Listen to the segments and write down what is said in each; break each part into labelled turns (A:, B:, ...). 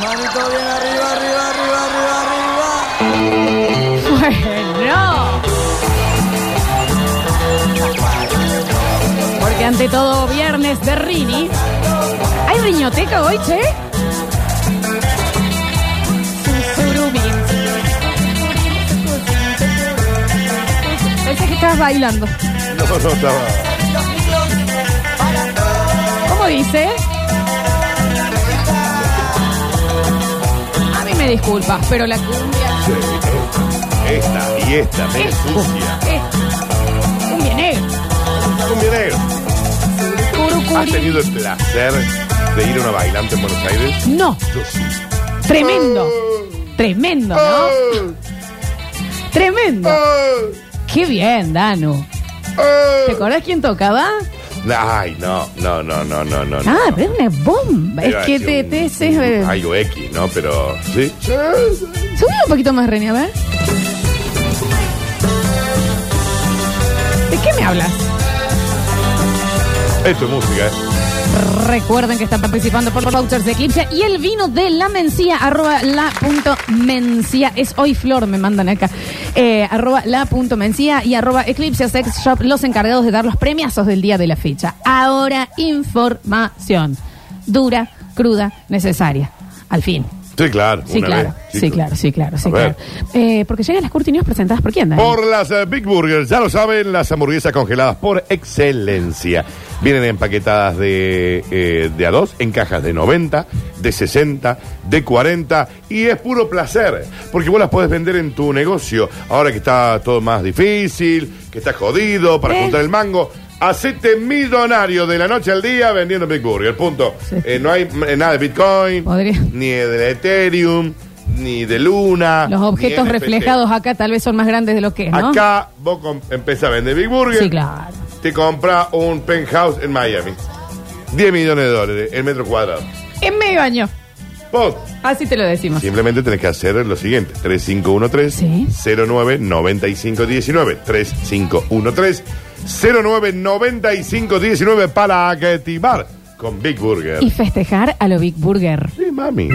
A: Manito bien arriba, arriba, arriba, arriba, arriba.
B: Bueno. Porque ante todo, viernes de Rini. ¿Hay riñoteca hoy, che? Susurubim. Pensé que estabas bailando.
C: No, no estaba.
B: ¿Cómo dice? A mí me disculpas, pero la cumbia
C: Sí, Esta esta y esta, medio
B: es,
C: sucia.
B: es cumbia negra.
C: Un vinagre. ¿Has
B: Curucurí.
C: tenido el placer de ir a una bailante en Buenos Aires?
B: No,
C: Yo sí. Ah,
B: tremendo. Tremendo, ¿no?
C: Oh.
B: Tremendo. Qué bien, Danu. ¿Te acordás quién tocaba?
C: ah. Ay, no, no, no, no, no, no. no.
B: Ah, pero es una bomba. Es
C: Iba a
B: que
C: decir
B: te,
C: un-
B: te es- es-
C: un- Algo X, ¿no? Pero, ¿sí?
B: Subí un poquito más, René, a ver. ¿De qué me hablas?
C: Esto es música, ¿eh?
B: Recuerden que están participando por vouchers de Eclipse y el vino de la mencía, arroba la punto mencía. Es hoy flor, me mandan acá. Eh, arroba la punto mencía y arroba Eclipse Sex Shop, los encargados de dar los premiazos del día de la fecha. Ahora, información dura, cruda, necesaria. Al fin.
C: Sí, claro.
B: Sí,
C: una
B: claro.
C: vez,
B: Sí,
C: chicos.
B: claro, sí, claro, sí,
C: A ver.
B: claro. Eh, porque llegan las curtinios presentadas por quién, Dani?
C: Por las eh, Big Burgers, ya lo saben, las hamburguesas congeladas por excelencia. Vienen empaquetadas de, eh, de a dos, en cajas de 90, de 60, de 40, y es puro placer, porque vos las podés vender en tu negocio, ahora que está todo más difícil, que está jodido para
B: ¿Eh?
C: juntar el mango. Hacete millonario de la noche al día vendiendo Big Burger, punto.
B: Sí.
C: Eh, no hay eh, nada de Bitcoin,
B: Podría.
C: ni de Ethereum, ni de Luna.
B: Los
C: ni
B: objetos
C: NFT.
B: reflejados acá tal vez son más grandes de lo que es, ¿no?
C: Acá vos com- empezás a vender Big Burger.
B: Sí, claro.
C: Te compra un penthouse en Miami. 10 millones de dólares el metro cuadrado.
B: En medio año.
C: Vos
B: Así te lo decimos.
C: simplemente tenés que hacer lo siguiente. 3513-099519. 3513-099519 para activar con Big Burger.
B: Y festejar a lo Big Burger.
C: Sí, mami.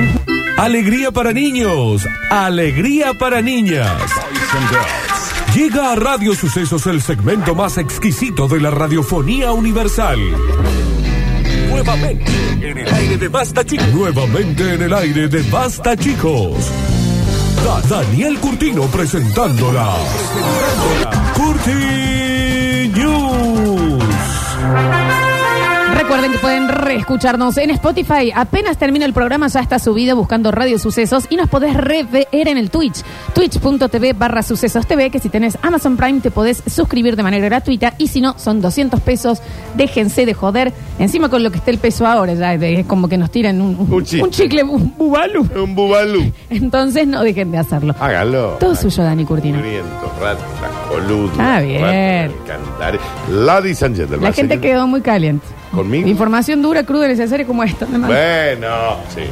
D: Alegría para niños, alegría para niñas. Llega a Radio Sucesos el segmento más exquisito de la radiofonía universal. Nuevamente en el aire de Basta Chicos. Nuevamente en el aire de Basta Chicos. Da- Daniel Curtino presentándola. Curti News.
B: Recuerden que pueden reescucharnos en Spotify. Apenas termina el programa, ya está subido buscando Radio Sucesos y nos podés rever en el Twitch. Twitch.tv barra Sucesos TV, que si tenés Amazon Prime te podés suscribir de manera gratuita y si no, son 200 pesos. Déjense de joder. Encima con lo que está el peso ahora, ya es, es como que nos tiran un, un-
C: Un chicle.
B: un chicle bu- bubalú.
C: Un bubalú.
B: Entonces no dejen de hacerlo.
C: Hágalo.
B: Todo suyo, Dani Curtino.
C: Movimientos, ratas, columnas,
B: Ah, bien.
C: ratas, cantares. Ladies and gentlemen.
B: La gente
C: señor-
B: quedó muy caliente.
C: ¿Conmigo?
B: Información dura, cruda, necesaria como esta. nada más.
C: Bueno, sí.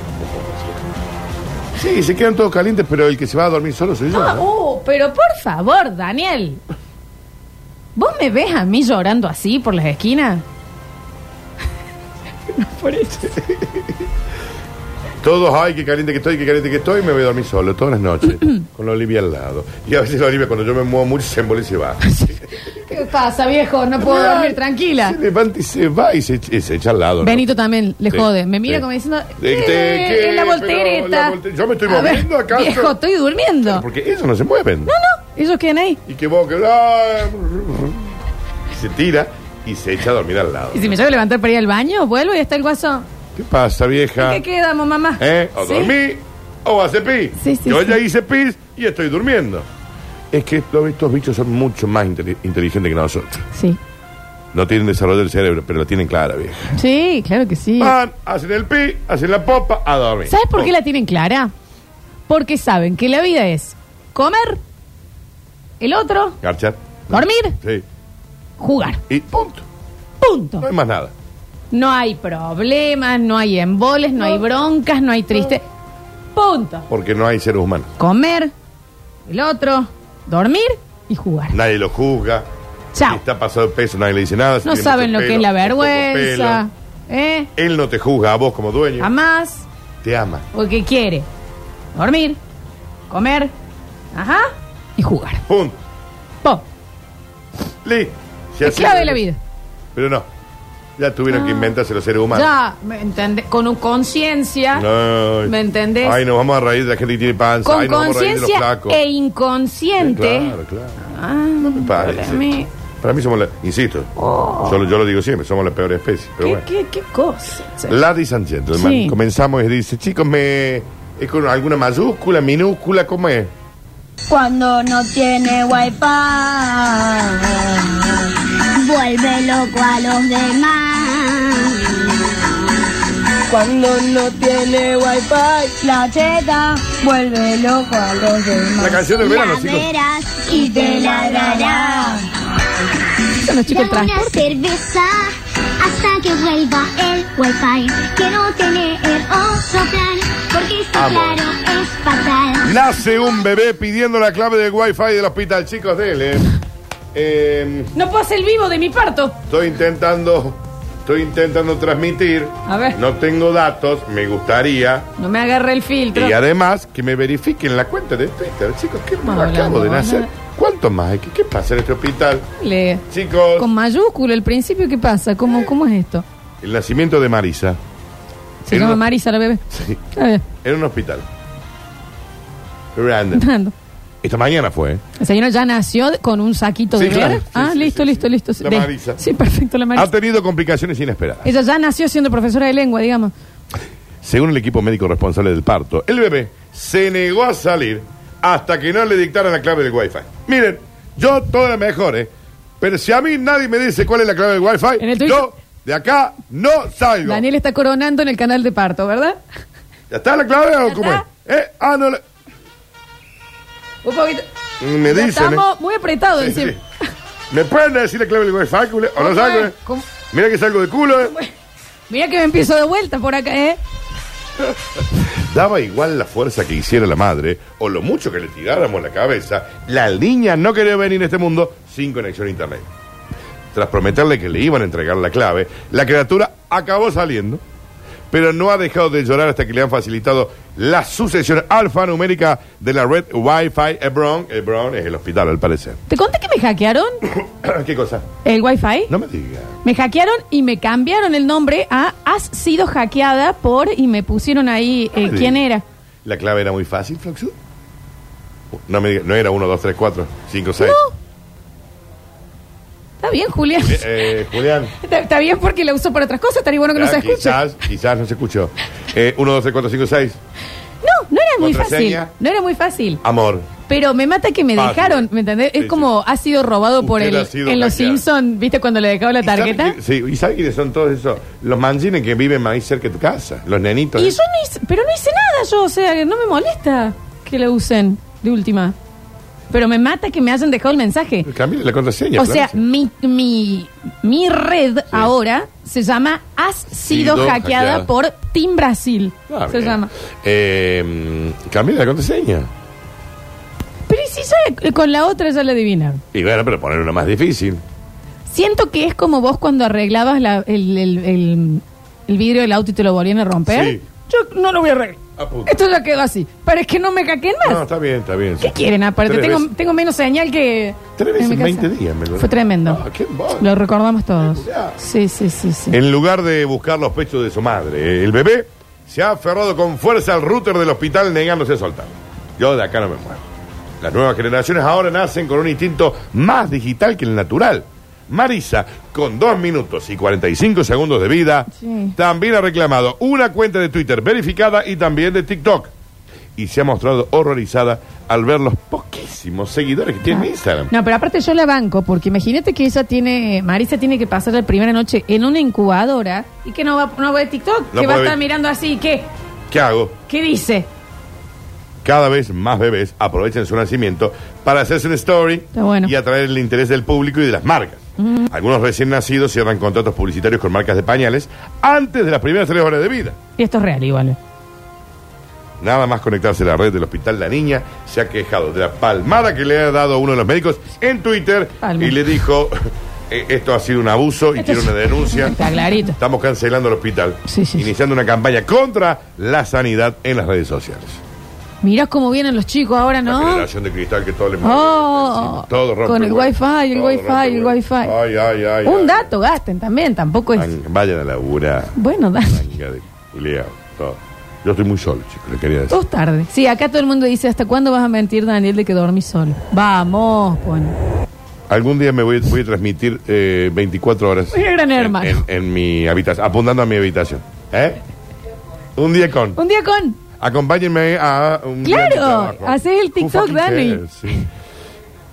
C: Sí, se quedan todos calientes, pero el que se va a dormir solo soy yo.
B: No,
C: ¿no?
B: uh, pero por favor, Daniel. ¿Vos me ves a mí llorando así por las esquinas? No, por eso.
C: Todos, ay, qué caliente que estoy, qué caliente que estoy, me voy a dormir solo todas las noches, con la Olivia al lado. Y a veces la Olivia, cuando yo me muevo mucho, se embola y se va.
B: ¿Qué pasa, viejo? No puedo dormir tranquila.
C: Se levanta y se va y se, y se echa al lado. ¿no?
B: Benito también le
C: Sí,
B: jode. Me mira
C: sí.
B: como diciendo.
C: Este,
B: "Eh,
C: ¿qué?
B: en
C: Pero
B: la
C: la
B: voltereta.
C: volte- yo me estoy
B: A ver,
C: moviendo acá.
B: Viejo, estoy durmiendo.
C: Porque ellos no se mueven.
B: Ellos quedan ahí.
C: Y que vos que. ay, se tira y se echa a dormir al lado.
B: Y si me llevo a levantar para ir al baño, vuelvo y está el guaso.
C: ¿Qué pasa, vieja?
B: ¿Qué quedamos, mamá?
C: ¿Eh? O
B: ¿Sí?
C: dormí o hace pis.
B: Sí, sí,
C: Yo
B: sí.
C: ya hice pis y estoy durmiendo. Es que estos, estos bichos son mucho más inteli- inteligentes que nosotros.
B: Sí.
C: No tienen desarrollo del cerebro, pero lo tienen clara, vieja.
B: Sí, claro que sí.
C: Van, hacen el pis, hacen la popa, a dormir.
B: ¿Sabes por qué
C: Pum.
B: la tienen clara? Porque saben que la vida es comer, el otro,
C: Garchar.
B: dormir,
C: Oh, Sí.
B: jugar.
C: Y punto.
B: Punto.
C: No hay más nada.
B: No hay problemas, no hay emboles, no hay broncas, no hay triste. Punto.
C: Porque no hay seres humanos.
B: Comer, el otro, dormir y jugar.
C: Nadie lo juzga.
B: Chao.
C: Si está pasado de peso, nadie le dice nada. Si
B: No
C: tiene
B: saben
C: mucho
B: lo que
C: pelo,
B: es la
C: poco
B: vergüenza.
C: pelo.
B: ¿Eh?
C: Él no te juzga a vos como dueño.
B: Jamás.
C: te ama.
B: Porque quiere dormir, comer, ajá, y jugar.
C: Punto.
B: Po.
C: Li. Si
B: Es
C: así-
B: clave de la vida.
C: Pero no. Ya tuvieron
B: Ah.
C: que inventarse los seres humanos.
B: Ya, ¿me entendés? Con un conciencia.
C: Ay.
B: ¿Me entendés?
C: Ay, nos vamos a reír de la gente que tiene panza.
B: con
C: Ay, nos vamos a reír de los
B: conciencia
C: flacos.
B: e
C: Sí,
B: inconsciente.
C: Claro, claro.
B: Ah,
C: me parece.
B: para mí, Oh.
C: Para mí somos la. Insisto. Yo, lo- yo lo digo siempre, somos la peor especie. Pero
B: ¿qué,
C: bueno.
B: qué, qué cosa?
C: Ladies and gentlemen,
B: Sí.
C: comenzamos y dice, chicos, me ¿es con alguna mayúscula, minúscula? ¿Cómo es?
E: Cuando no tiene wifi, vuelve loco a los demás.
A: Cuando no tiene wifi.
E: La teta vuelve loco a los demás.
C: La canción del verano, chicos.
E: verás y te ladrará.
B: Son los chicos del
F: Dame una
B: transporte.
F: cerveza hasta que vuelva el wifi. Quiero tener otro plan, porque está
C: Vamos.
F: claro es fatal.
C: Nace un bebé pidiendo la clave del wifi del hospital, chicos, dele. Eh,
B: No pasa el vivo de mi parto.
C: estoy intentando, estoy intentando transmitir.
B: A ver.
C: No tengo datos, me gustaría.
B: No me agarre el filtro.
C: Y además que me verifiquen la cuenta de Twitter, chicos, ¿qué
B: Vamos
C: acabo
B: hablando,
C: de nacer?
B: vamos
C: ¿Cuánto más? hay? ¿Qué, qué pasa en este hospital?
B: Le-
C: Chicos,
B: Con mayúscula, el principio, ¿qué pasa? ¿Cómo, cómo es esto?
C: el nacimiento de Marisa.
B: Se
C: En
B: llama
C: un-
B: Marisa la bebé.
C: Sí.
B: Está bien,
C: En un hospital. Random.
B: Fernando.
C: Esta mañana fue. ¿eh?
B: La señora ya nació con un saquito
C: Sí,
B: de
C: claro.
B: ver.
C: Sí,
B: ah,
C: sí,
B: listo,
C: sí,
B: listo,
C: sí.
B: listo.
C: La
B: De-
C: Marisa.
B: Sí, perfecto, la
C: Ha
B: Marisa.
C: tenido complicaciones inesperadas.
B: Ella ya nació siendo profesora de lengua, digamos.
C: Según el equipo médico responsable del parto, el bebé se negó a salir hasta que no le dictaran la clave del Wi-Fi. Miren, yo todo lo mejor, ¿eh? Pero si a mí nadie me dice cuál es la clave del
B: En el
C: Wi-Fi,
B: tuyo-
C: yo de acá no salgo.
B: Daniel está coronando en el canal de parto, ¿verdad?
C: ¿Ya está la clave o cómo es?
B: está.
C: ¿Eh? Ah, no. la-
B: Un poquito.
C: Me
B: Ya
C: dicen. ¿eh?
B: Estamos muy apretados
C: Sí,
B: encima.
C: sí. ¿Me pueden decir la clave del Wi-Fi, culo? ¿O no
B: ¿Cómo
C: salgo?
B: es?
C: eh?
B: ¿Cómo?
C: Mira que salgo de culo, ¿eh?
B: Mira que me empiezo de vuelta por acá, ¿eh?
C: Daba igual la fuerza que hiciera la madre o lo mucho que le tiráramos la cabeza, la niña no quería venir a este mundo sin conexión a internet. Tras prometerle que le iban a entregar la clave, la criatura acabó saliendo, pero no ha dejado de llorar hasta que le han facilitado la sucesión alfanumérica de la red Wi-Fi Hebron. Hebron es el hospital, al parecer.
B: ¿Te conté que me hackearon
C: ¿Qué cosa?
B: el Wi-Fi?
C: No me digas.
B: Me hackearon y me cambiaron el nombre a Has sido hackeada por y me pusieron ahí eh,
C: me
B: quién
C: digas.
B: era.
C: ¿La clave era muy fácil, Floxu? No me digas, no era 1, 2, 3, 4, 5, 6.
B: No. Está bien, Julián.
C: Eh, eh, Julián.
B: Está, está bien porque la uso para otras cosas, estaría bueno que no
C: Ah,
B: se escuche.
C: Quizás, quizás no se escuchó. Eh, 1, 2, 3, 4, 5, 6.
B: No, no era muy fácil.
C: Contraseña.
B: No era muy fácil.
C: Amor.
B: Pero me mata que me
C: Fácil.
B: dejaron, ¿me entendés?
C: Sí,
B: Es como ha sido robado por
C: Usted
B: el.
C: ha sido
B: En Los
C: hackeado.
B: Simpsons, ¿viste cuando le dejaba la
C: ¿Y sabe
B: tarjeta?
C: quién- sí, ¿y sabes quiénes son todos esos? Los manjines que viven más cerca de tu casa. Los nenitos.
B: Y
C: ¿eh?
B: yo no hice, pero no hice nada yo, o sea, que no me molesta que la usen de última. Pero me mata que me hayan dejado el mensaje.
C: Camila, la contraseña.
B: O sea,
C: Florencia.
B: mi, mi, mi red ahora se llama Has sido
C: Sido
B: hackeada,
C: hackeada.
B: por Team Brasil.
C: Ah,
B: se
C: bien.
B: llama.
C: Eh, Camila, la contraseña.
B: Pero ¿y si ya eh, con la otra ya la adivinaron.
C: Y bueno, pero poner una más difícil.
B: Siento que es como vos cuando arreglabas la- el, el- el- el vidrio del auto y te lo volvían a romper.
C: Sí.
B: Yo no lo voy a arreglar.
C: A punto.
B: Esto ya quedó así. Pero es que no me caquen más.
C: No, está bien, está bien.
B: ¿Qué quieren aparte?
C: Tres
B: Tengo,
C: veces-
B: tengo menos señal que...
C: Tres
B: en
C: veces
B: mi
C: en
B: casa.
C: 20 días. me lo-
B: Fue tremendo.
C: Ah, qué bárbaro.
B: Lo recordamos todos.
C: Mirá. Eh.
B: Sí, sí, sí, sí.
C: En lugar de buscar los pechos de su madre, el bebé se ha aferrado con fuerza al router del hospital negándose a soltar. Yo de acá no me muevo. Las nuevas generaciones ahora nacen con un instinto más digital que el natural. Marisa, con 2 minutos y 45 segundos de vida,
B: Sí.
C: también ha reclamado una cuenta de Twitter verificada y también de TikTok. Y se ha mostrado horrorizada al ver los poquísimos seguidores que tiene en Instagram.
B: No, pero aparte yo la banco, porque imagínate que ella tiene, Marisa tiene que pasar la primera noche en una incubadora y que no va, no va de TikTok,
C: No
B: que va a
C: puede ver.
B: estar mirando así, ¿qué?
C: ¿Qué hago?
B: ¿Qué dice?
C: Cada vez más bebés aprovechan su nacimiento para hacerse una story
B: Está bueno. Mm.
C: y atraer el interés del público y de las marcas. Algunos recién nacidos cierran contratos publicitarios con marcas de pañales antes de las primeras tres horas de vida.
B: Y esto es real igual.
C: Nada más conectarse a la red del hospital, la niña se ha quejado de la palmada que le ha dado uno de los médicos en Twitter
B: Palma.
C: y le dijo, eh, esto ha sido un abuso y
B: Esto
C: tiene
B: es-
C: una denuncia.
B: Está clarito.
C: Estamos cancelando el hospital.
B: Sí, sí, sí.
C: iniciando una campaña contra la sanidad en las redes sociales.
B: Mirá cómo vienen los chicos ahora,
C: La
B: ¿no?
C: generación de cristal que todo les
B: Oh,
C: todo rompe
B: con el
C: huevo.
B: wifi, el
C: Todo
B: wifi,
C: rompe
B: el
C: huevo.
B: wifi.
C: Ay, ay, ay.
B: Un
C: ay.
B: dato gasten también, tampoco es...
C: Ay, Vayan a laburar.
B: Bueno, da-
C: Manga de culiao, todo. Yo estoy muy solo, chicos, le quería decir.
B: Todos tarde. Sí, acá todo el mundo dice, ¿hasta cuándo vas a mentir, Daniel, de que dormís solo? Vamos, pone.
C: Algún día me voy, voy a transmitir eh, 24 horas.
B: Mira, gran
C: en-
B: hermano.
C: En, en mi habitación, apuntando a mi habitación. ¿Eh? Un día con.
B: Un día con...
C: Acompáñenme a un día
B: Claro,
C: de trabajo.
B: haces el
C: Who
B: TikTok,
C: fucking
B: Dani.
C: cares, sí.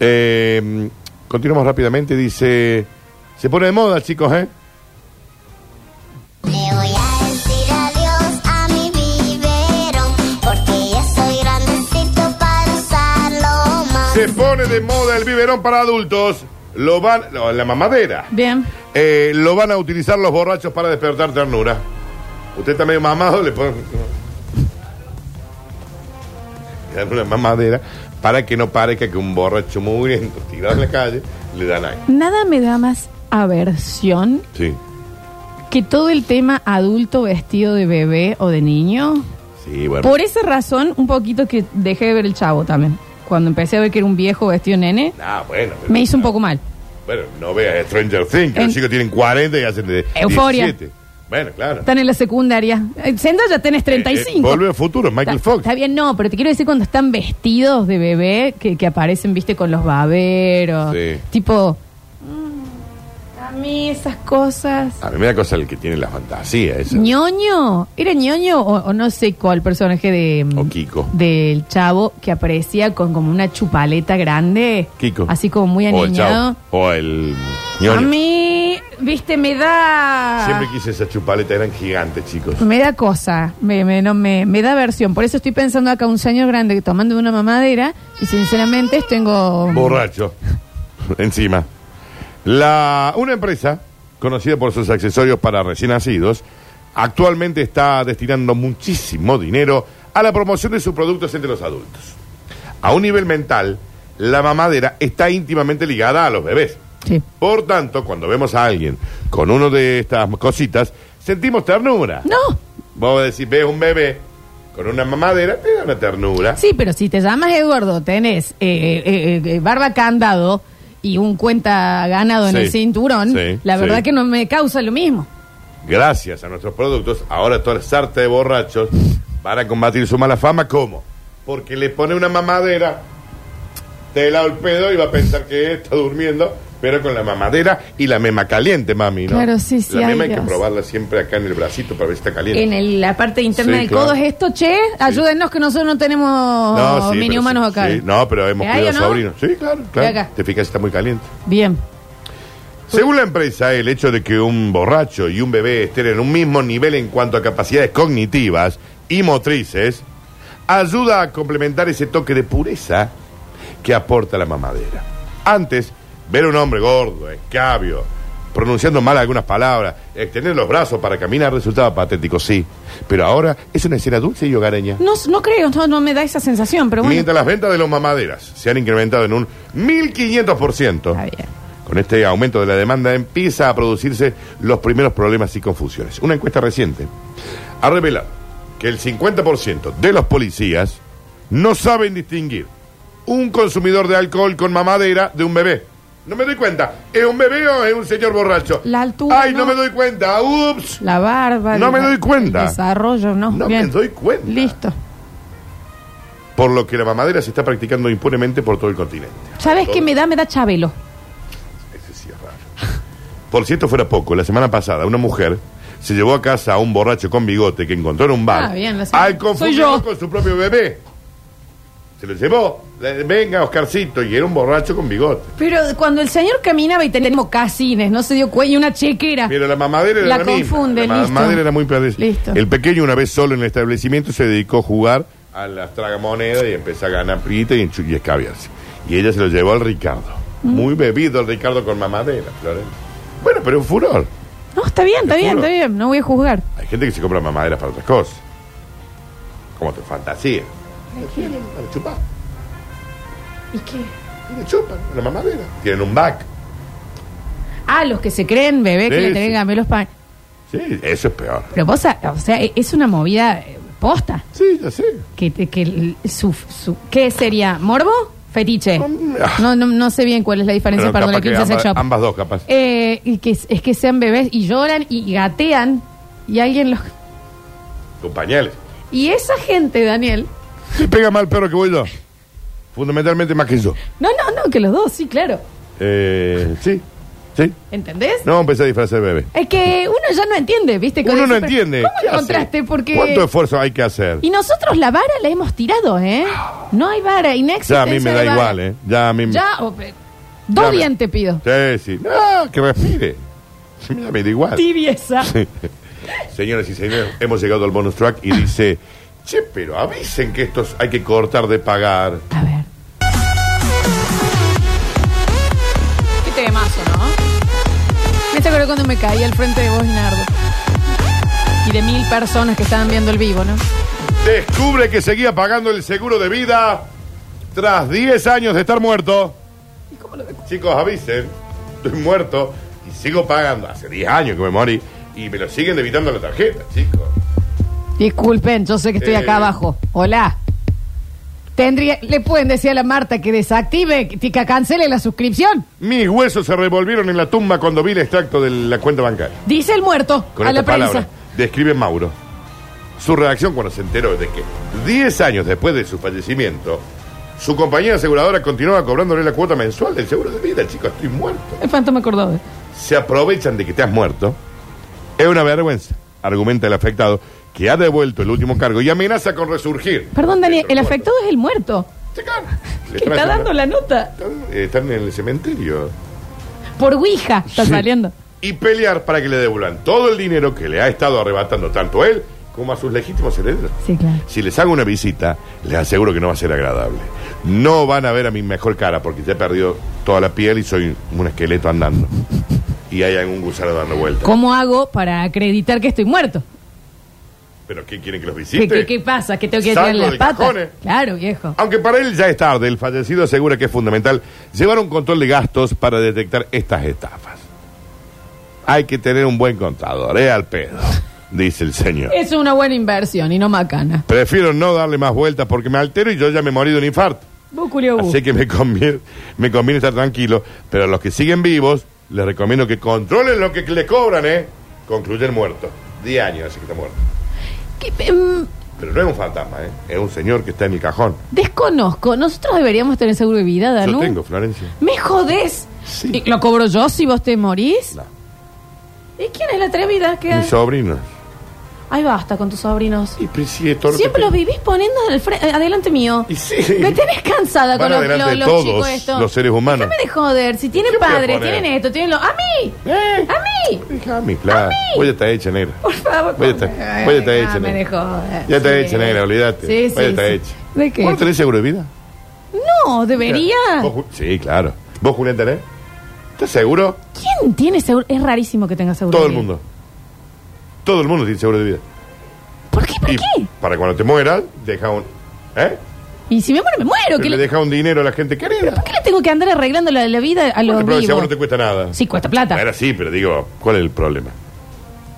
C: Eh, continuamos rápidamente. Dice: Se pone de moda, chicos, ¿eh?
G: Le voy a decir adiós a mi biberón Porque ya soy grandecito para usarlo más
C: Se pone de moda el biberón para adultos. Lo van. no, la mamadera.
B: Bien.
C: Eh, lo van a utilizar los borrachos para despertar ternura. Usted está medio mamado, le ponen. Le dan una mamadera para que no parezca que un borracho mugriento tirado en la calle le dan ahí.
B: Nada me da más aversión
C: Sí,
B: que todo el tema adulto vestido de bebé o de niño.
C: sí, bueno.
B: Por esa razón, un poquito que dejé de ver el chavo también. Cuando empecé a ver que era un viejo vestido de nene,
C: Ah, bueno. pero-
B: me hizo un poco mal.
C: Bueno, no veas Stranger Things, que
B: En-
C: los chicos tienen 40 y hacen de
B: Euforia.
C: 17. Bueno, claro.
B: Están en la secundaria. Eh, Senda ya tenés 35.
C: Eh, eh, Volve a futuro, Michael
B: Está-
C: Fox.
B: Está bien, no, pero te quiero decir cuando están vestidos de bebé, que, que aparecen, viste, con los baberos.
C: Sí.
B: Tipo, mm, a mí esas cosas.
C: A mí me da cosa el que tiene la fantasía esa.
B: ñoño, era ñoño o, o no sé cuál personaje de... mm,
C: O Kiko.
B: Del chavo que aparecía con como una chupaleta grande.
C: Kiko.
B: Así como muy
C: O el
B: aniñado.
C: chavo, O Oh, el
B: A
C: ñoño.
B: mí, viste, me da...
C: Siempre quise esas chupaletas, eran gigantes, chicos.
B: Pues Me da cosa, me, me, no, me, me da versión. Por eso estoy pensando acá un señor grande que tomando una mamadera y sinceramente tengo...
C: Borracho. Encima. La, una empresa conocida por sus accesorios para recién nacidos actualmente está destinando muchísimo dinero a la promoción de sus productos entre los adultos. A un nivel mental, la mamadera está íntimamente ligada a los bebés.
B: Sí.
C: Por tanto, cuando vemos a alguien con uno de estas cositas, sentimos ternura.
B: No,
C: Vos decís, ves un bebé con una mamadera, te da una ternura.
B: sí, pero si te llamas Eduardo, tenés eh, eh, eh, eh, barba candado y un cuenta ganado en
C: Sí.
B: el cinturón,
C: Sí,
B: la
C: sí.
B: verdad que no me causa lo mismo.
C: Gracias a nuestros productos, ahora toda esa sarta de borrachos van a combatir su mala fama. ¿Cómo? Porque le pone una mamadera, te lado el pedo y va a pensar que está durmiendo, pero con la mamadera y la mema caliente, mami, ¿no?
B: Claro, sí, sí,
C: La
B: ay,
C: mema hay que
B: Dios.
C: probarla siempre acá en el bracito para ver si está caliente.
B: En el- la parte interna
C: Sí,
B: del
C: claro.
B: codo es esto, che, ayúdennos que nosotros no tenemos
C: No, sí,
B: mini
C: pero
B: Oh, humanos
C: sí,
B: acá.
C: sí. no, pero hemos
B: ¿Te
C: cuidado
B: hallo, no?
C: sobrinos. Sí, claro, claro.
B: acá.
C: Te fijas si está muy caliente.
B: Bien.
C: Según la empresa, el hecho de que un borracho y un bebé estén en un mismo nivel en cuanto a capacidades cognitivas y motrices ayuda a complementar ese toque de pureza que aporta la mamadera. Antes, ver a un hombre gordo, escabio, pronunciando mal algunas palabras, extender los brazos para caminar resultaba patético, sí. Pero ahora es una escena dulce y hogareña.
B: No, no creo, no, no me da esa sensación, pero bueno.
C: Mientras las ventas de los mamaderas se han incrementado en un 1500%,
B: Está bien.
C: con este aumento de la demanda empieza a producirse los primeros problemas y confusiones. Una encuesta reciente ha revelado que el 50% de los policías no saben distinguir un consumidor de alcohol con mamadera de un bebé. No me doy cuenta, ¿es un bebé o es un señor borracho?
B: La altura,
C: Ay, no,
B: no.
C: me doy cuenta, ups.
B: La barba.
C: No
B: el-
C: me doy cuenta.
B: el Desarrollo, no.
C: No
B: Bien.
C: me doy cuenta.
B: Listo.
C: Por lo que la mamadera se está practicando impunemente por todo el continente.
B: ¿Sabes
C: Todo.
B: qué me da? Me da Chabelo.
C: Ese sí es raro. Por cierto, fuera poco, la semana pasada una mujer se llevó a casa a un borracho con bigote que encontró en un bar.
B: Ah, bien, la señora.
C: al
B: Soy
C: confundirlo
B: yo.
C: con su propio bebé. Se lo llevó. Le- Venga, Oscarcito. Y era un borracho con bigote.
B: Pero cuando el señor caminaba y tenía mocasines, no se dio cuello y una chequera.
C: Pero la mamadera era
B: La
C: la, misma.
B: confunde,
C: La
B: listo.
C: mamadera era muy padre.
B: Listo.
C: El pequeño, una vez solo en el establecimiento, se dedicó a jugar a las tragamonedas y empezó a ganar pita y, enchu- y escabiarse. Y ella se lo llevó al Ricardo.
B: Mm.
C: Muy bebido el Ricardo con mamadera, Florencia. Bueno, pero un furor.
B: No, está bien, está
C: Te
B: bien,
C: juro.
B: está bien. No voy a juzgar.
C: Hay gente que se compra mamaderas para otras cosas. Como tu fantasía. Para chupar.
B: ¿Y qué?
C: Y le chupan la mamadera. Tienen un back.
B: A los que se creen, bebé, que
C: Sí,
B: le
C: sí.
B: tenés gamelos para...
C: Sí, eso es peor.
B: Pero vos, a- o sea, e- es una movida eh, posta.
C: Sí, ya sé.
B: Que, te- que el- su, su- ¿Qué sería? ¿Morbo? Fetiche.
C: Mm, ah.
B: No, no, no sé bien cuál es la diferencia,
C: Pero
B: perdón,
C: capaz
B: el 15
C: que
B: sex
C: ambas,
B: shop.
C: ambas dos, capaz.
B: Eh, y que, es- es que sean bebés y lloran y gatean y alguien los...
C: Con pañales.
B: Y esa gente, Daniel...
C: Se pega mal perro que voy yo. Fundamentalmente más que yo.
B: No, no, no, que los dos, sí, claro.
C: Eh, sí, sí.
B: ¿Entendés?
C: No, empecé a disfrazar bebé.
B: Es que uno ya no entiende, ¿viste? Con
C: Uno
B: eso,
C: no
B: pero
C: entiende. ¿Qué
B: ¿Cómo
C: hace?
B: encontraste? Porque...
C: ¿Cuánto esfuerzo hay que hacer?
B: Y nosotros la vara la hemos tirado, ¿eh? No hay vara. Y no
C: Ya a mí me
B: existencia de
C: da
B: vara.
C: igual, ¿eh? Ya a mí me...
B: Ya, o- eh, dos
C: Ya me-
B: dientes pido.
C: Sí, sí. No, que respire. Sí, Ya me da igual.
B: Tibieza.
C: Señoras y señores, hemos llegado al bonus track y dice... Che, pero avisen que estos hay que cortar de pagar.
B: A ver. Qué temazo, ¿no? Me acuerdo cuando me caí al frente de vos, Nardo. Y de mil personas que estaban viendo el vivo, ¿no?
C: Descubre que seguía pagando el seguro de vida tras 10 años de estar muerto. Chicos, avisen, estoy muerto y sigo pagando. Hace 10 años que me morí y me lo siguen debitando la tarjeta, chicos.
B: Disculpen, yo sé que estoy acá
C: Eh.
B: abajo. Hola. Tendría, le pueden decir a la Marta que desactive, que, que cancele la suscripción.
C: Mis huesos se revolvieron en la tumba cuando vi el extracto de la cuenta bancaria.
B: Dice el muerto
C: Con
B: a
C: esta
B: la prensa.
C: palabra, describe Mauro. Su reacción cuando se enteró de que 10 años después de su fallecimiento, su compañía aseguradora continuaba cobrándole la cuota mensual del seguro de vida, chicos, estoy muerto.
B: El fantasma acordó.
C: se aprovechan de que te has muerto, es una vergüenza, argumenta el afectado, que ha devuelto el último cargo y amenaza con resurgir.
B: Perdón, Daniel,
C: Eso,
B: el
C: bueno.
B: afectado es el muerto.
C: Sí, claro. Le están
B: Que está
C: haciendo-
B: dando la nota.
C: Están, eh, están en el cementerio.
B: Por Ouija está
C: Sí.
B: saliendo.
C: Y pelear para que le devuelvan todo el dinero que le ha estado arrebatando tanto él como a sus legítimos herederos.
B: Sí, claro.
C: Si les hago una visita, les aseguro que no va a ser agradable. No van a ver a mi mejor cara porque ya he perdido toda la piel y soy un esqueleto andando. Y hay algún gusano dando vueltas.
B: ¿Cómo hago para acreditar que estoy muerto?
C: ¿Pero qué quieren que los visite?
B: ¿Qué, qué, qué pasa? ¿Que tengo que
C: Salgo
B: tirar las
C: de
B: patas?
C: cajones.
B: Claro, viejo.
C: Aunque para él ya es tarde, el fallecido asegura que es fundamental llevar un control de gastos para detectar estas estafas. Hay que tener un buen contador, ¿eh? Al pedo, dice el señor.
B: Es una buena inversión y no macana.
C: Prefiero no darle más vueltas porque me altero y yo ya me morí de un infarto.
B: Vos, Julio, vos.
C: Así que me conviene, me conviene estar tranquilo. Pero a los que siguen vivos, les recomiendo que controlen lo que le cobran, ¿eh? Concluye el muerto. 10 años, así que está muerto.
B: Que, em,
C: Pero no es un fantasma, ¿eh? Es un señor que está en el cajón.
B: desconozco. Nosotros deberíamos tener seguro de vida, Danu.
C: Yo tengo, Florencia.
B: ¿Me jodés?
C: Sí.
B: ¿Y ¿Lo cobro yo si vos te morís?
C: No.
B: ¿Y quién es la atrevida? que
C: Mis sobrinos.
B: Ay, basta con tus sobrinos.
C: Y pues sí, es todo lo que
B: Siempre
C: te-
B: los vivís poniendo al fre- eh, adelante mío.
C: Y sí.
B: Me tenés cansada
C: Van
B: con los,
C: adelante
B: los- los
C: todos
B: chicos estos.
C: los seres humanos.
B: Déjame de joder. Si tienen
C: ¿Qué voy a
B: padres,
C: poner?
B: tienen esto, tienen lo... ¡A mí!
C: ¿Eh?
B: ¡A mí!
C: Deja mi plata. Voy a estar hecha negra.
B: Por favor.
C: Voy a estar,
B: Ay,
C: voy a estar hecha
B: déjame de
C: negra.
B: joder.
C: Ya está
B: Sí.
C: hecha negra, olvídate.
B: Sí, sí,
C: Voy a estar
B: sí.
C: hecha.
B: ¿De qué?
C: ¿Vos no tenés seguro de vida?
B: No, debería.
C: ¿Vos, Ju- sí, claro. ¿Vos, Julián, tenés? ¿Estás seguro?
B: ¿Quién tiene seguro? Es rarísimo que tenga seguro.
C: Todo
B: de
C: el
B: vida.
C: mundo. Todo el mundo tiene seguro de vida.
B: ¿Por qué? ¿Por
C: Y
B: qué?
C: para cuando te mueras, deja un. ¿Eh?
B: Y si me muero, me muero.
C: Pero
B: ¿Qué
C: le
B: le,
C: deja un dinero a la gente querida.
B: ¿Por qué le tengo que andar arreglando la, la vida a los
C: Bueno, pero el seguro
B: vivos?
C: no te cuesta nada.
B: Sí, cuesta plata.
C: Ahora sí, pero digo, ¿cuál es el problema?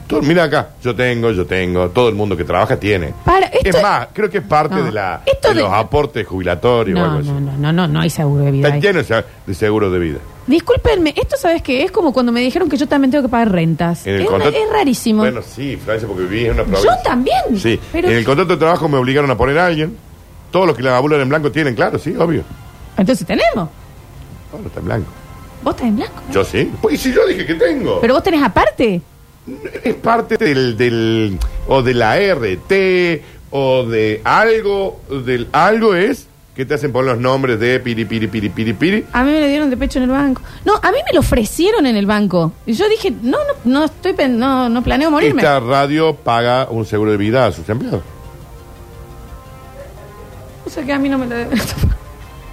C: Tú, mira acá, yo tengo, yo tengo, todo el mundo que trabaja tiene.
B: Para, esto-
C: es más, creo que es parte
B: No.
C: de, la,
B: Esto
C: de
B: de-
C: los aportes jubilatorios o algo
B: No,
C: así.
B: no, no, no, no, no hay seguro de vida.
C: Está
B: ahí.
C: lleno ya de seguros de vida.
B: Discúlpenme, esto sabes que es como cuando me dijeron que yo también tengo que pagar rentas.
C: En el
B: es, una-
C: contrato-
B: es rarísimo.
C: Bueno, sí, Francia, porque vivís en una
B: yo
C: provincia.
B: también.
C: Sí,
B: Pero,
C: en el contrato de trabajo me obligaron a poner a alguien. Todos los que la laburan en blanco tienen, claro, sí, obvio.
B: Entonces tenemos.
C: Bueno, está en blanco.
B: Vos estás en blanco.
C: Yo sí. Pues y si yo dije que tengo.
B: Pero vos tenés aparte.
C: es parte del, del o de la RT o de algo del algo es que te hacen poner los nombres de piri piri piri piri piri
B: A mí me lo dieron de pecho en el banco. No, a mí me lo ofrecieron en el banco. Y yo dije, no, no, no estoy, pen- no, no planeo morirme.
C: esta radio paga un seguro de vida a sus empleados
B: O sea que a mí no me lo deben.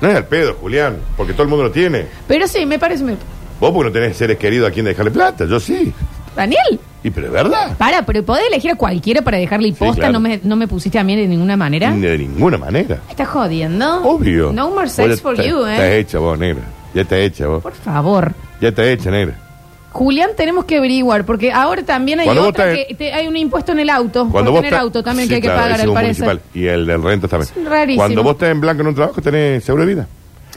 C: no es al pedo Julián porque todo el mundo lo tiene
B: Pero sí, me parece. me-
C: vos porque no tenés seres queridos a quien dejarle plata yo sí
B: Daniel,
C: y pero es verdad
B: para, pero podés elegir a cualquiera para dejarle posta.
C: claro.
B: no, me, no me pusiste a mí de ninguna manera.
C: de ninguna manera
B: Me estás jodiendo.
C: obvio
B: No more
C: Vos
B: sex
C: ya
B: for
C: está-
B: you,
C: está
B: eh.
C: hecha vos negra ya está hecha vos
B: Por favor.
C: ya está hecha negra
B: Julián, tenemos que averiguar, porque ahora también hay
C: Cuando vos
B: otra
C: estás-
B: que te- hay un impuesto en el auto,
C: Cuando
B: por
C: vos
B: tener
C: estás-
B: auto también
C: Sí,
B: que hay que
C: claro,
B: pagar,
C: el
B: al
C: seguro
B: parecer.
C: municipal. Y el del rentas también.
B: Es rarísimo.
C: Cuando vos estás en blanco en un trabajo, tenés seguro de vida.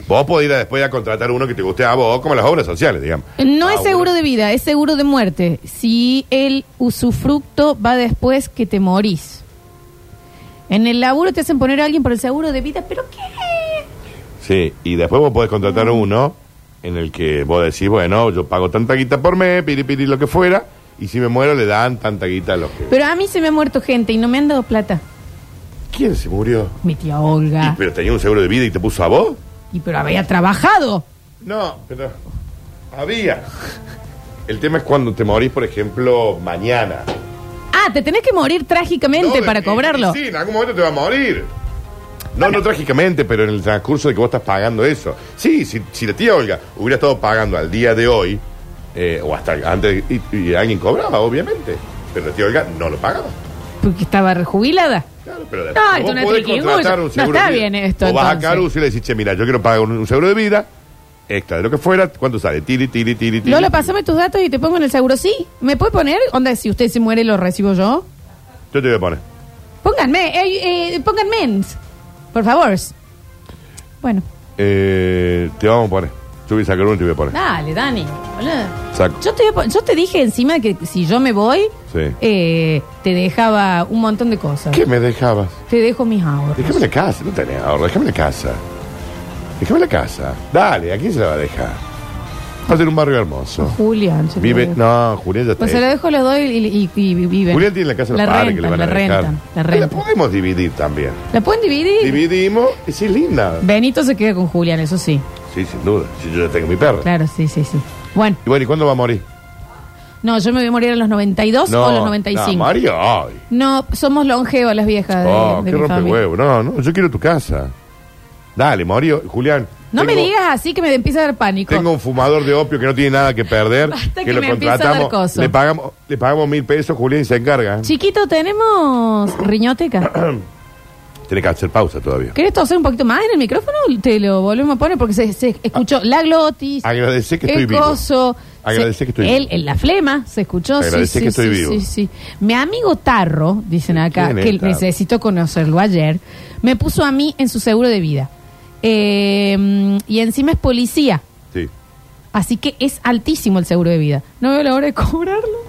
C: Vos podés ir a después a contratar uno que te guste a vos, como las obras sociales, digamos.
B: No
C: Ah,
B: es seguro de vida, es seguro de muerte. Si el usufructo va después que te morís. En el laburo te hacen poner a alguien por el seguro de vida, pero ¿qué?
C: Sí, y después vos podés contratar
B: Mm.
C: uno en el que vos decís, bueno, yo pago tanta guita por mes, piri, piri, lo que fuera, y si me muero le dan tanta guita a los que...
B: Pero a mí se me ha muerto gente y no me han dado plata.
C: ¿Quién se murió?
B: Mi tía
C: Y,
B: Olga.
C: ¿Pero tenía un seguro de vida y te puso a vos?
B: Y pero había trabajado.
C: No, pero había. El tema es cuando te morís, por ejemplo, mañana.
B: Ah, te tenés que morir
C: No,
B: trágicamente
C: de-
B: para
C: y-
B: cobrarlo.
C: y Sí, en algún momento te va a morir. No, no trágicamente, pero en el transcurso de que vos estás pagando eso. Sí, si, si la tía Olga hubiera estado pagando al día de hoy, eh, o hasta antes, y, y alguien cobraba, obviamente. Pero la tía Olga no lo pagaba.
B: Porque estaba rejubilada.
C: Claro, pero
B: No, esto no es
C: podés
B: triquiñuyo.
C: contratar un
B: No
C: seguro
B: está
C: de vida.
B: bien esto,
C: O vas
B: entonces.
C: a Caruso y le decís, che, mira, yo quiero pagar un, un seguro de vida, extra de lo que fuera, ¿cuánto sale? Tiri, tiri, tiri, tiri.
B: Lola, pasame tus datos y te pongo en el seguro. Sí, ¿me puede poner? Onda, si usted se muere, lo recibo yo.
C: Yo te voy a poner.
B: Pónganme, eh, eh, pónganme, ens, por favor. Bueno,
C: Eh, te vamos a poner. Yo voy a sacar uno y te voy a poner.
B: dale, Dani. boludo.
C: Saco.
B: Yo te, voy a pon- yo te dije encima que si yo me voy,
C: Sí.
B: eh, te dejaba un montón de cosas.
C: ¿Qué me dejabas?
B: Te dejo mis ahorros.
C: Déjame la casa, no tenés ahorro, déjame la casa. Déjame la casa. Dale, ¿a quién se la va a dejar? Va a ser un barrio hermoso.
B: Julián, se te
C: Vive.
B: dejo.
C: No, Julián ya está.
B: Pues se la dejo los dos y, y, y- y viven.
C: eh. Julián tiene la casa de
B: la
C: los padres que le
B: rentan,
C: van a
B: la
C: dejar.
B: rentan, la
C: la
B: rentan.
C: podemos dividir también.
B: ¿La pueden dividir?
C: Dividimos, y sí, linda.
B: Benito se queda con Julián, eso sí.
C: Sí, sin duda. Si yo ya tengo mi perro.
B: Claro, sí, sí, sí. Bueno,
C: Y bueno, ¿y cuándo va a morir?
B: no, yo me voy a morir a los 92 o a los 95.
C: No,
B: No,
C: Mario, ay.
B: somos longevas las viejas de,
C: Oh,
B: de
C: qué
B: mi
C: rompe
B: familia.
C: huevo. No, no, yo quiero tu casa. Dale, Mario, Julián.
B: No me
C: tengo-
B: digas así que me empieza a dar pánico.
C: Tengo un fumador de opio que no tiene nada que perder.
B: Basta que me empiece a dar coso.
C: le pagamos, le pagamos mil pesos, Julián se encarga.
B: Chiquito, tenemos riñoteca.
C: Tiene que hacer pausa todavía.
B: ¿Querés toser un poquito más en el micrófono? Te lo volvemos a poner porque se, se escuchó la glotis.
C: Agradecé Ah. que
B: el
C: estoy vivo.
B: coso,
C: Agradecé
B: se-
C: que estoy
B: el-
C: vivo.
B: el- la flema se escuchó. sí,
C: Agradecé
B: sí,
C: que estoy
B: sí,
C: vivo.
B: sí, sí. Mi amigo Tarro, dicen
C: ¿Quién
B: acá,
C: es
B: que
C: Tarro?
B: necesito conocerlo ayer, me puso a mí en su seguro de vida. Eh, y encima es policía.
C: Sí.
B: Así que es altísimo el seguro de vida. No veo la hora de cobrarlo.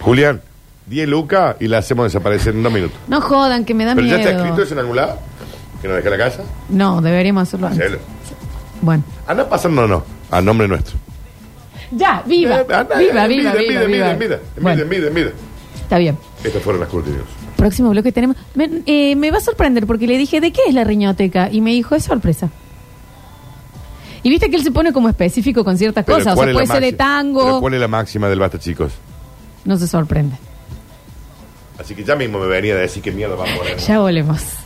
C: Julián, 10 lucas y la hacemos desaparecer en dos minutos.
B: No jodan, que me da
C: Pero
B: miedo.
C: ya está escrito eso en algún lado. Que nos deje la casa.
B: No, deberíamos hacerlo antes.
C: Hacelo.
B: Bueno.
C: Anda pasando, no, no. A nombre nuestro.
B: Ya, viva.
C: Eh, anda,
B: viva,
C: eh,
B: viva,
C: mide,
B: viva,
C: mide,
B: viva.
C: mide, mide,
B: Bueno,
C: mide, mide, mide.
B: Está bien.
C: Estas fueron las cortinas.
B: Próximo bloque tenemos. Me, eh, me va a sorprender porque le dije, ¿de qué es la riñoteca? Y me dijo, es sorpresa. Y viste que él se pone como específico con ciertas
C: Pero
B: cosas. O
C: ¿cuál
B: sea,
C: es la
B: puede ser de
C: máxima? Pero
B: tango.
C: ¿Cuál es la máxima del basta, chicos?
B: No se sorprende.
C: Así que ya mismo me venía a decir qué mierda va a poner.
B: Ya volvemos.